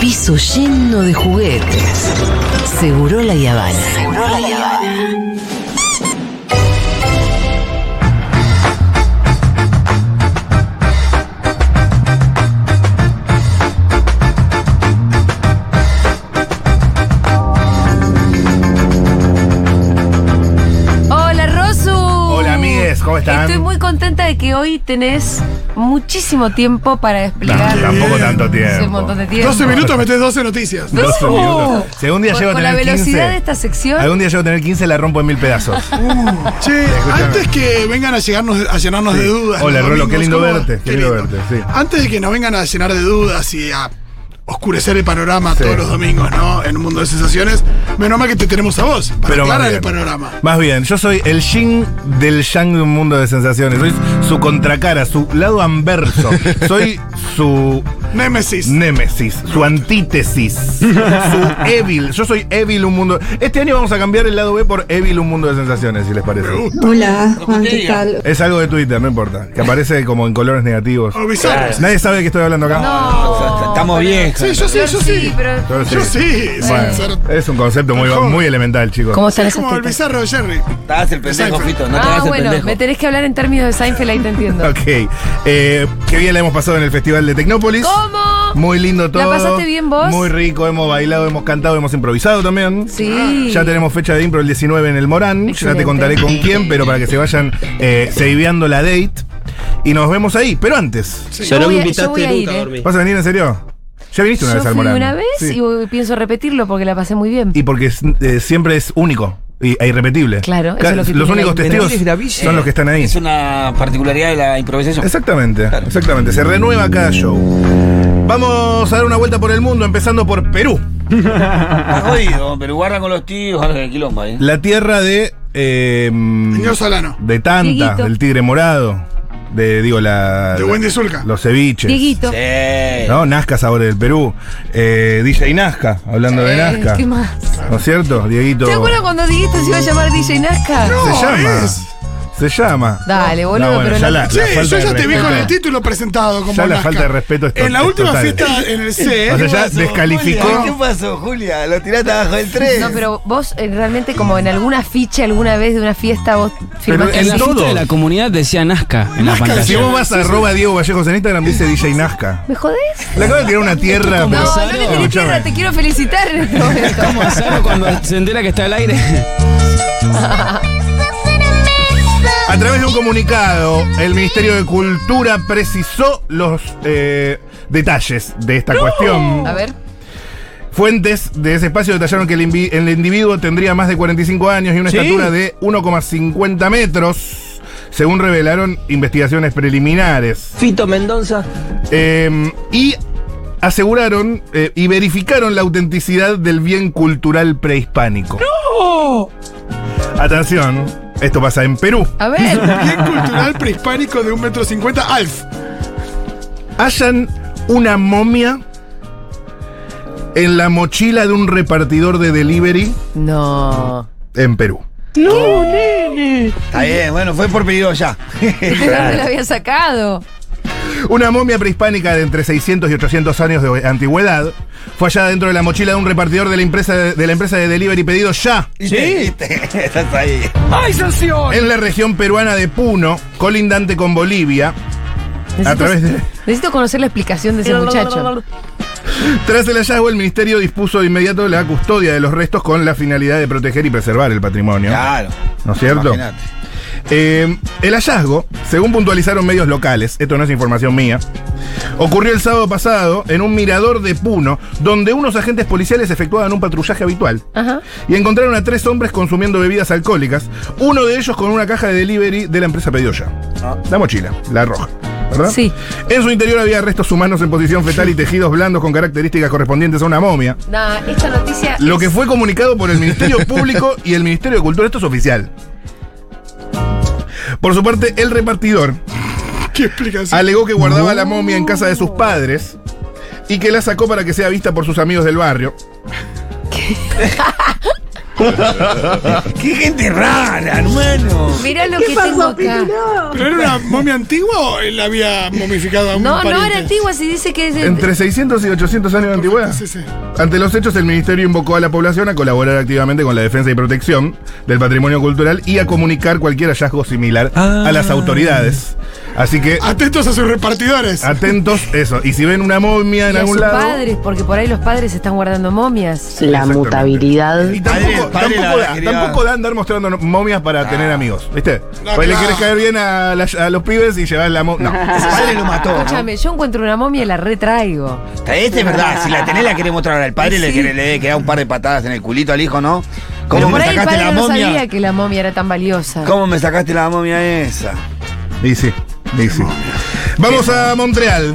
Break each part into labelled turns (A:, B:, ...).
A: vaso lleno de juguetes. Seguro la Habana.
B: Hola, Rosu.
C: Hola, amigues, ¿cómo están?
B: Estoy muy contenta de que hoy tenés muchísimo tiempo para desplegar.
C: No, tampoco tanto tiempo.
B: Hace un montón de tiempo.
D: 12 minutos metes 12 noticias.
B: No.
C: 12 minutos. Si algún día
B: Con-
C: llego a
B: con
C: tener
B: la velocidad
C: 15,
B: de esta sección.
C: Algún día llego a tener 15, la rompo en mil pedazos.
D: Uh, Che, antes que vengan a, llegarnos, a llenarnos de dudas.
C: Hola,
D: los
C: Rolo, qué
D: domingos,
C: lindo
D: ¿cómo?
C: verte, qué lindo verte, sí.
D: Antes de que nos vengan a llenar de dudas y a oscurecer el panorama
C: Sí.
D: todos los domingos, ¿no? En un mundo de sensaciones, menos mal que te tenemos a vos para
C: Pero más
D: aclarar
C: bien.
D: el panorama.
C: Más bien, yo soy el yin del yang de un mundo de sensaciones. Soy su contracara, su lado anverso. Soy su
D: Némesis.
C: némesis, su antítesis, su evil. Yo soy evil un mundo. Este año vamos a cambiar el lado B por evil un mundo de sensaciones, si les parece.
E: Hola, Juan, ¿qué tal?
C: Es algo de Twitter, no importa. Que aparece como en colores negativos.
D: o bizarros.
C: Nadie sabe de qué estoy hablando acá.
B: No.
F: Estamos viejos.
D: Sí, yo sí, yo sí.
B: pero.
C: Yo
D: Yo sí.
C: Bueno,
D: sí, ser-
C: es un concepto muy,
D: Mejor.
C: muy elemental, chicos.
B: ¿Cómo
D: Sí,
B: están
D: es
B: esas
D: como el
B: tetas?
D: bizarro de Jerry.
C: Mm.
F: Te hagas el pendejo,
D: Exacto.
F: Fito. No te
B: ah,
F: hagas el
B: bueno, me
F: pendejo.
B: tenés que hablar en términos de Seinfeld, ahí te entiendo.
C: Ok. Eh, qué bien la hemos pasado en el Festival de Tecnópolis.
B: ¿Cómo?
C: Muy lindo todo.
B: pasaste bien vos?
C: Muy rico, hemos bailado, hemos cantado, hemos improvisado también.
B: Sí.
C: Ya tenemos fecha de impro el 19 en el Morán. Ya
B: Excelente.
C: te contaré con quién, pero para que se vayan eh, seiveando la date. Y nos vemos ahí, pero antes.
B: Yo
G: Yo no
B: voy
G: me
B: a- yo voy a
G: invitaste
B: ir,
G: nunca
B: eh.
G: a dormir.
C: ¿Vas a venir en serio? Ya viniste una
B: Yo
C: vez al
B: fui
C: Morán.
B: una vez
C: Sí.
B: y pienso repetirlo porque la pasé muy bien.
C: Y porque es, eh, siempre es único y- e irrepetible.
B: Claro, eso
C: Ca-
B: es lo que
C: los
B: tiene
C: únicos
B: la
C: testigos
F: Inventor es gravísimo.
C: son los que están ahí.
F: Eh, Es una particularidad de la improvisación.
C: Exactamente,
F: Claro.
C: exactamente. Se renueva cada show. Vamos a dar una vuelta por el mundo, empezando por Perú,
F: Está Ah, jodido, pero guarda con los tíos, guarda con el quilombo ahí.
C: la tierra de. eh,
D: Señor Solano.
C: de Tanta,
B: Dieguito.
C: del Tigre Morado, de, digo, la.
D: De Wendy Zulka.
C: Los ceviches.
B: Dieguito.
F: Sí.
C: ¿No? Nazca Sabores del Perú. Eh, DJ Nazca, hablando de
B: Eh,
C: Nazca.
B: ¿Qué más?
C: ¿No es cierto? Dieguito.
B: ¿Te acuerdas cuando Dieguito se iba a llamar DJ Nazca?
C: Se
D: No,
C: llama.
D: es.
C: Se llama.
B: Dale, boludo,
C: No, bueno,
B: pero
C: ya
B: no-
C: la-
D: Sí,
C: la falta
D: yo
C: de
D: ya te vi con
C: respeto.
D: el título presentado como
C: Ya la
D: Nazca.
C: falta de respeto es to-
D: En la
C: es
D: última
C: total.
D: fiesta en el C. E,
C: O sea, ya descalificó.
F: pasó, Julia? Lo tiraste abajo del tren.
B: No, pero vos eh, realmente como en alguna ficha alguna vez de una fiesta vos firmaste
C: en
G: En la
C: todo.
G: foto de la comunidad decía Nazca en la
D: Nazca,
C: Si
G: pantalla.
C: vos vas a arroba Diego Vallejos en Instagram, dice DJ Nazca.
B: ¿Me jodés?
C: Le acabo de tirar una tierra,
B: No,
C: pero.
B: no le tiré
C: Escuchame.
B: tierra, te quiero felicitar en este momento.
G: ¿Cómo Saro cuando se entera que está al aire?
C: A través de un comunicado, el Ministerio de Cultura precisó los eh, detalles de esta cuestión.
B: A ver,
C: Fuentes de ese espacio detallaron que el, invi- el individuo tendría más de 45 años y una
G: ¿Sí?
C: estatura de 1,50 metros, según revelaron investigaciones preliminares.
G: Fito Mendoza.
C: Eh, y aseguraron eh, y verificaron la autenticidad del bien cultural prehispánico. Atención, esto pasa en Perú.
B: a ver.
D: Bien cultural prehispánico de 1,50m, Alf.
C: Hallan una momia en la mochila de un repartidor de delivery
B: No.
C: en Perú.
F: Está bien, bueno, fue por pedido ya.
B: ¿De dónde la había sacado?
C: Una momia prehispánica de entre 600 y 800 años de antigüedad fue hallada dentro de la mochila de un repartidor de la empresa de, de la empresa de delivery pedido ya
F: Sí. Estás ahí.
C: en la región peruana de Puno, colindante con Bolivia. A
B: Necesito-
C: través de-
B: Necesito conocer la explicación de ese muchacho.
C: Tras el hallazgo, el ministerio dispuso de inmediato la custodia de los restos con la finalidad de proteger y preservar el patrimonio.
F: Claro.
C: ¿No es cierto?
F: Imaginate.
C: Eh, el hallazgo, según puntualizaron medios locales, esto no es información mía, ocurrió el sábado pasado en un mirador de Puno, donde unos agentes policiales efectuaban un patrullaje habitual
B: Ajá.
C: y encontraron a tres hombres consumiendo bebidas alcohólicas, uno de ellos con una caja de delivery de la empresa Pedioya. La mochila, la roja. ¿Verdad?
B: Sí.
C: En su interior había restos humanos en posición fetal y tejidos blandos con características correspondientes a una momia.
B: Nah, esta noticia.
C: Lo que fue comunicado por el Ministerio Público y el Ministerio de Cultura. Esto es oficial. Por su parte, el repartidor
D: ¿Qué explicación?
C: alegó que guardaba la momia en casa de sus padres y que la sacó para que sea vista por sus amigos del barrio.
F: ¡Qué gente rara, hermano!
B: Mirá lo
E: ¿Qué
B: que tengo
E: pasó,
B: acá.
E: Pipino?
D: ¿Pero era una momia antigua o él había momificado a un
B: No, no
D: pariente?
B: era antigua, si dice que es de-
C: Entre 600 y 800 años de antigüedad.
D: Sí, sí.
C: Ante los hechos, el ministerio invocó a la población a colaborar activamente con la defensa y protección del patrimonio cultural y a comunicar cualquier hallazgo similar
G: Ah.
C: a las autoridades. Así que
D: Atentos a sus repartidores.
C: atentos, eso. Y si ven una momia
B: y
C: en
B: a sus
C: algún lado.
B: padres, porque por ahí los padres están guardando momias.
H: La
C: Exactamente.
H: mutabilidad.
C: Y tampoco,
F: Padre- padre
C: tampoco
F: la Ah.
C: da,
F: quería-
C: tampoco da andar mostrando no- momias para tener amigos. ¿Viste?
D: No,
C: Pues le
D: claro.
C: quieres caer bien a, la- a los pibes y llevar la momia. No.
F: Su padre lo mató. ¿no?
B: Escúchame, yo encuentro una momia y la retraigo.
F: Esta es verdad, si la tenés la querés mostrar al padre, le, querés- le debe quedar un par de patadas en el culito al hijo, ¿no?
B: Pero
F: ¿Cómo
B: por
F: me
B: ahí el
F: sacaste
B: padre
F: la
B: no
F: momia?
B: sabía que la momia era tan valiosa.
F: ¿Cómo me sacaste la momia esa?
C: Y sí, y sí. Vamos a Montreal.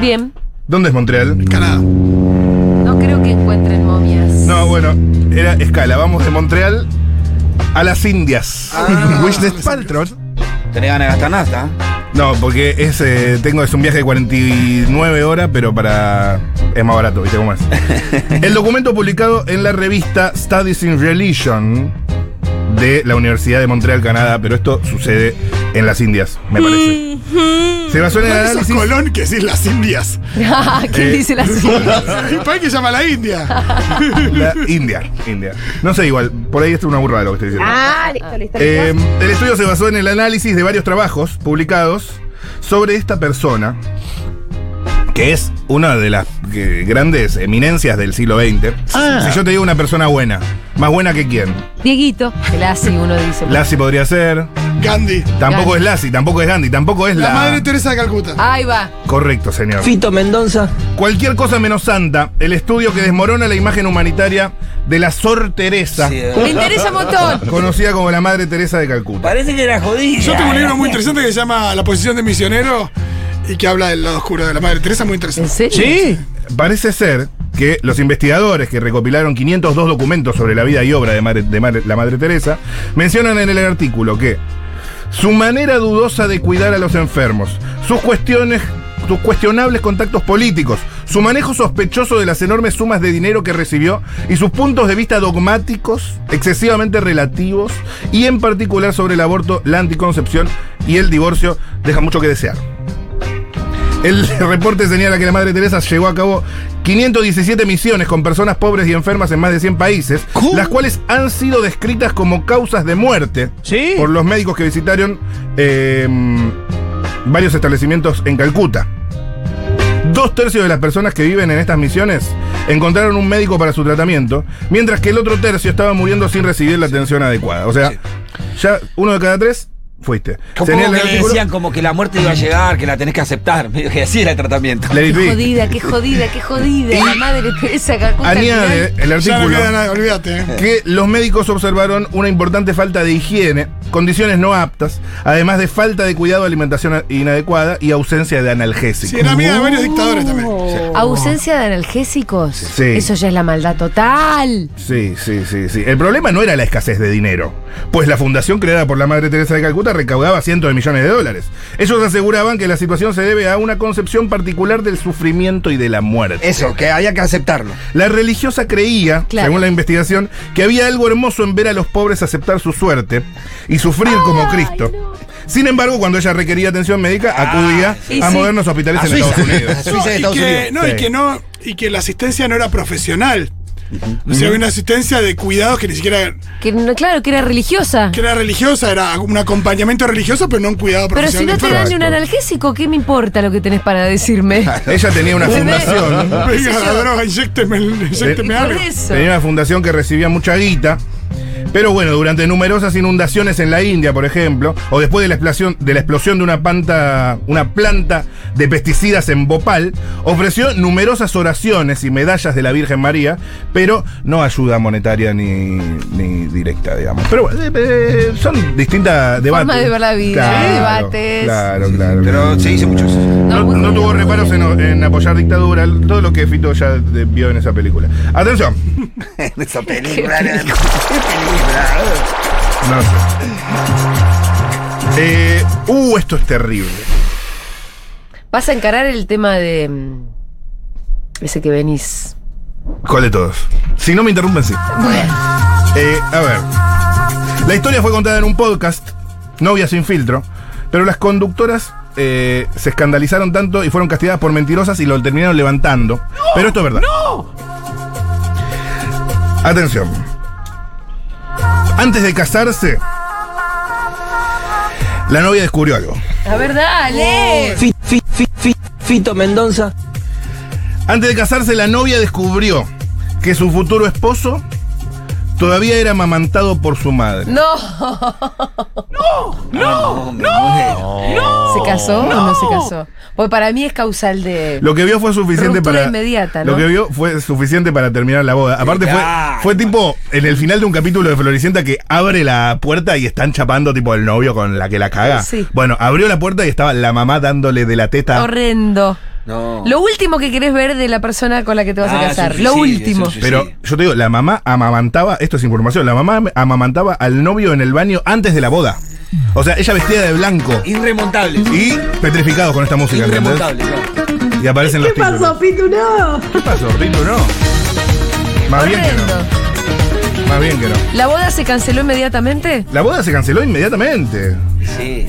B: Bien,
C: ¿Dónde es Montreal?
D: Canadá.
B: no creo que encuentren momias.
C: No, bueno, era escala. Vamos de Montreal a las Indias.
F: Ah.
C: Wish the Paltrow.
F: ¿Tenés ganas de gastar nafta?
C: No, porque es, eh, tengo, es un viaje de 49 horas, pero para. Es más barato, ¿viste cómo es? El documento publicado en la revista Studies in Religion de la Universidad de Montreal, Canadá, pero esto sucede en las Indias, me parece. Se basó en el
D: Esos
C: análisis.
D: Colón que sí, las Indias.
B: Ah, ¿Quién
C: Eh.
B: dice las
D: Mi país que se llama la India.
C: La India, India. No sé, igual, por ahí esto es una burrada lo que estoy diciendo.
H: Ah, listo, listo,
C: Eh, el estudio se basó en el análisis de varios trabajos publicados sobre esta persona, que es una de las eh, grandes eminencias del siglo XX. Si yo te digo una persona buena, más buena que quién,
B: Dieguito, que la hace uno dice.
C: Lassi podría ser,
D: Gandhi.
C: tampoco
B: Gandhi.
C: es Lassi, tampoco es Gandhi, tampoco es la...
D: La madre Teresa de Calcuta.
B: Ahí va.
C: Correcto, señor.
G: Fito Mendoza.
C: Cualquier cosa menos santa, el estudio que desmorona la imagen humanitaria de la Sor Teresa,
F: Sí, eh.
B: Me interesa un montón.
C: conocida como la Madre Teresa de Calcuta.
F: Parece que era jodida.
D: Yo tengo un libro muy interesante que se llama La posición de misionero y que habla del lado oscuro de la madre Teresa, muy
B: ¿En
D: interesante.
B: serio?
C: Sí. Parece ser que los investigadores que recopilaron 502 documentos sobre la vida y obra de, Madre- de Madre- la Madre Teresa mencionan en el artículo que su manera dudosa de cuidar a los enfermos, sus cuestiones sus cuestionables contactos políticos, su manejo sospechoso de las enormes sumas de dinero que recibió y sus puntos de vista dogmáticos, excesivamente relativos, y en particular sobre el aborto, la anticoncepción y el divorcio, deja mucho que desear. El reporte señala que la Madre Teresa llevó a cabo 517 misiones con personas pobres y enfermas en más de 100 países,
G: ¿Cómo?
C: las cuales han sido descritas como causas de muerte
G: Sí.
C: por los médicos que visitaron eh, varios establecimientos en Calcuta. Dos tercios de las personas que viven en estas misiones encontraron un médico para su tratamiento, mientras que el otro tercio estaba muriendo sin recibir la atención adecuada. O sea, ya uno de cada tres fuiste.
F: Supongo
C: Señala el
F: que le
C: artículo-
F: decían como que la muerte iba a llegar, que la tenés que aceptar. Medio que así era el tratamiento.
C: Lady
B: Qué
C: B.
B: jodida, qué jodida, qué jodida. La madre Teresa Calcuta. al
C: Añade
B: final.
C: eh, el
D: Ya no
C: artículo
D: queda nada, olvídate. eh.
C: que los médicos observaron una importante falta de higiene, condiciones no aptas, además de falta de cuidado, alimentación inadecuada y ausencia de analgésicos.
D: Sí, era amiga de varios dictadores también.
B: Ausencia de analgésicos.
C: Sí.
B: Eso ya es la maldad total.
C: Sí, sí, sí, sí. El problema no era la escasez de dinero, pues la fundación creada por la Madre Teresa de Calcuta recaudaba cientos de millones de dólares. Ellos aseguraban que la situación se debe a una concepción particular del sufrimiento y de la muerte.
F: Eso, que había que aceptarlo.
C: La religiosa creía,
B: Claro.
C: según la investigación, que había algo hermoso en ver a los pobres aceptar su suerte y sufrir como Cristo. Sin embargo, cuando ella requería atención médica, acudía
B: y
C: a
B: Ah, sí.
C: modernos hospitales
F: A
C: en
F: Suiza.
C: Estados Unidos.
D: No,
F: A Suiza de
D: y
F: Estados
D: que-
F: Unidos.
D: No,
C: Sí.
D: y que no, y que la asistencia no era profesional. O sea, había una asistencia de cuidados que ni siquiera
B: Que no- claro, que era religiosa.
D: que era religiosa, era un acompañamiento religioso, pero no un cuidado
B: Pero si no
D: profesional.
B: te dan ni un analgésico, ¿qué me importa lo que tenés para decirme?
C: Ella tenía una
B: ¿Entendés?
C: fundación.
D: Venga, la droga, inyécteme, inyécteme
B: Y por
D: algo.
B: eso.
C: Tenía una fundación que recibía mucha guita. Pero bueno, durante numerosas inundaciones en la India, por ejemplo, o después de la explosión de, la explosión de una, planta, una planta de pesticidas en Bhopal, ofreció numerosas oraciones y medallas de la Virgen María, pero no ayuda monetaria ni, ni directa, digamos. Pero bueno, eh, eh, son distintas debates.
B: de ver la vida, debates.
C: Claro, claro.
F: Pero se hizo mucho eso.
C: No, no tuvo reparos en, en apoyar dictadura, todo lo que Fito ya eh, vio en esa película. Atención.
F: En esa película. era- Qué película.
C: No sé. Eh, uh, esto es terrible.
B: Vas a encarar el tema de. mm, Ese que venís
C: ¿Cuál de todos? Si no me interrumpen, sí. Eh, a ver. La historia fue contada en un podcast, Novia sin filtro, pero las conductoras eh, se escandalizaron tanto y fueron castigadas por mentirosas y lo terminaron levantando. pero esto es verdad. Atención. Antes de casarse, la novia descubrió algo.
B: A ver, dale.
G: Fi- fi- fi- fi- Fito Mendonza.
C: Antes de casarse, la novia descubrió que su futuro esposo todavía era amamantado por su madre.
B: No.
F: No, no,
B: ¿Se casó o no se casó? Porque para mí es causal de.
C: Lo que vio fue suficiente
B: Ruptura
C: para.
B: inmediata, ¿no?
C: Lo que vio fue suficiente para terminar la boda. Aparte fue,
F: claro.
C: fue tipo en el final de un capítulo de Floricienta que abre la puerta y están chapando tipo el novio con la que la caga.
B: Sí.
C: Bueno, abrió la puerta y estaba la mamá dándole de la teta.
B: Horrendo.
F: no.
B: Lo último que querés ver de la persona con la que te vas
F: Ah,
B: a
F: es
B: casar.
F: un
B: Lo
F: suicidio,
B: último.
F: es un
C: Pero
F: Sí.
C: yo te digo, la mamá amamantaba, esto es información, la mamá amamantaba al novio en el baño antes de la boda. O sea, ella vestida de blanco
F: Irremontable.
C: y petrificados con esta música. ¿entendés?
F: Irremontable, no.
C: Y aparecen los
E: ¿Qué pasó,
C: títulos.
E: Pitu? No.
C: ¿Qué pasó? Pitu, no. Más bien que
B: Horrendo.
C: no. Más bien que no.
B: ¿La boda se canceló inmediatamente?
C: La boda se canceló inmediatamente.
F: Sí.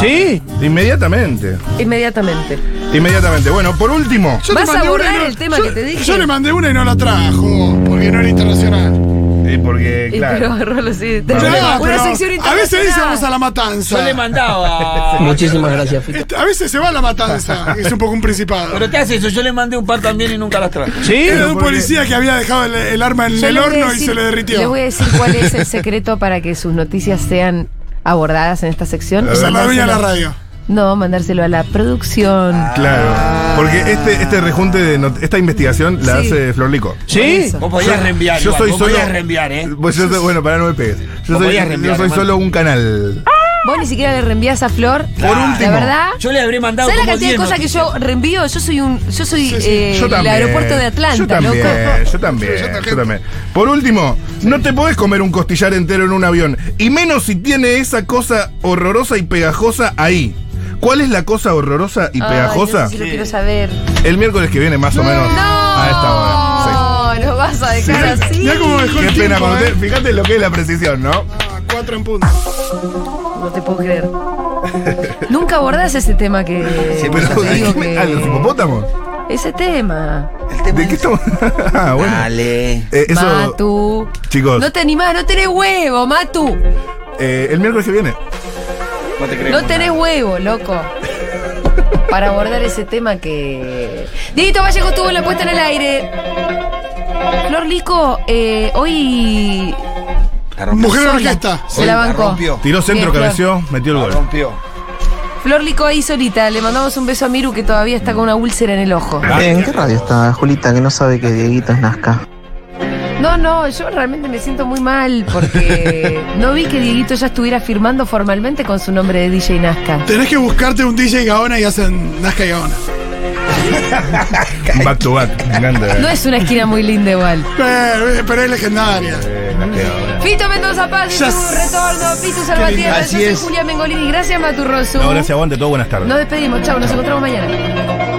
G: ¿Sí?
C: Inmediatamente.
B: Inmediatamente.
C: Inmediatamente. Bueno, por último.
D: Yo te
B: ¿Vas a
D: mandé una y
B: borrar
D: no-
B: el tema
D: yo-
B: que te dije?
D: Yo le mandé una y no la trajo, porque no era internacional.
C: Eh, porque,
B: Y
C: claro.
B: pero Rolo, sí.
C: Claro,
D: Ya,
B: una
D: pero
B: sección
D: a veces dice
B: internacional.
D: vamos a la matanza.
F: Yo le mandaba.
G: Muchísimas gracias, Fito.
D: Este, a veces se va a la matanza, es un poco un principado.
F: Pero ¿qué hace eso? Yo le mandé un par también y nunca las traje.
G: ¿Sí?
D: Era de un
C: porque-
D: policía que había dejado el, el arma en
B: Yo
D: el
B: les voy a
D: horno y
B: decir-
D: se le derritió.
B: Les voy a decir cuál es el secreto para que sus noticias sean abordadas en esta sección.
C: A
D: o sea, la dueña de la
B: Mandárselo-
D: radio. Ah.
B: No, mandárselo a la producción.
C: Claro. Porque este, este rejunte de not- esta investigación la
B: Sí.
C: hace Flor Lico.
G: ¿Sí?
F: Vos podías reenviar.
C: Yo
F: igual,
C: soy
F: vos
C: solo.
F: podías reenviar, ¿eh?
C: Pues yo soy- bueno, para no me pegues. Yo
F: Vos
C: soy,
F: podías reenviar,
C: yo soy
F: hermano.
C: solo un canal.
B: Vos ni siquiera le reenvías a Flor.
F: Por
B: La
F: último,
B: verdad.
F: Yo le habré mandado
B: ¿Sabes Ah. la
F: como
B: cantidad de
F: 10
B: cosas que yo reenvío? Yo soy un. Yo soy eh,
C: Yo
B: el
C: también.
B: aeropuerto de Atlanta,
C: Yo también,
B: loco.
C: yo también,
D: Yo también.
C: yo también. Por último, no te podés comer un costillar entero en un avión. Y menos si tiene esa cosa horrorosa y pegajosa ahí. ¿Cuál es la cosa horrorosa y
B: Ay,
C: pegajosa?
B: no sé si lo quiero saber.
C: El miércoles que viene, más o
B: no,
C: menos. A esta hora.
B: nos vas a dejar
D: Mirá-
B: así.
D: mirá cómo dejó
C: Sí.
D: el
C: Qué pena
D: tiempo,
C: con
D: eh.
C: usted. Fíjate lo que es la precisión, ¿no?
B: Eh,
D: Ah, Cuatro en punto.
B: No te puedo creer. Nunca abordás ese tema que.
C: Pero,
B: te
C: ¿de
B: digo
C: qué me-
B: que-
C: ah, los hipopótamos.
B: Ese tema.
C: ¿De qué estamos? ah, bueno.
F: Dale.
C: Eh, eso,
B: Matu.
C: chicos.
B: No te animás, no tenés huevo, Matu.
C: eh, el miércoles que viene.
F: No te creemos.
B: No tenés huevo, loco. Para abordar ese tema que. Dieguito Vallejo estuvo en la puesta en el aire. Flor Lico, eh, hoy
F: La rompió.
D: Mujer
B: Sola.
D: orquesta.
B: se la bancó.
F: rompió.
C: Tiró centro,
B: Bien,
C: cabeció, metió el
F: La
C: gol.
F: rompió.
B: Flor Lico ahí solita. Le mandamos un beso a Miru que todavía está con una úlcera en el ojo.
H: ¿En qué radio está Julita que no sabe que Dieguito es Nazca?
B: No, no, yo realmente me siento muy mal porque no vi que Dieguito ya estuviera firmando formalmente con su nombre de DJ Nazca.
D: Tenés que buscarte un DJ Gaona y hacen Nazca y Gaona.
C: Back to back. Me encanta.
B: No es una esquina muy linda igual.
D: Pero, pero es legendaria.
C: Eh, la peor.
B: Fito Mendoza Paz,
D: Ya
B: Pitu Retorno, Pitu Salvatierra,
F: Así
B: yo soy
F: es.
B: Julia Mengolini. Gracias, Maturroso.
C: No, gracias, aguante todo. Buenas tardes.
B: Nos despedimos, chao, nos encontramos mañana.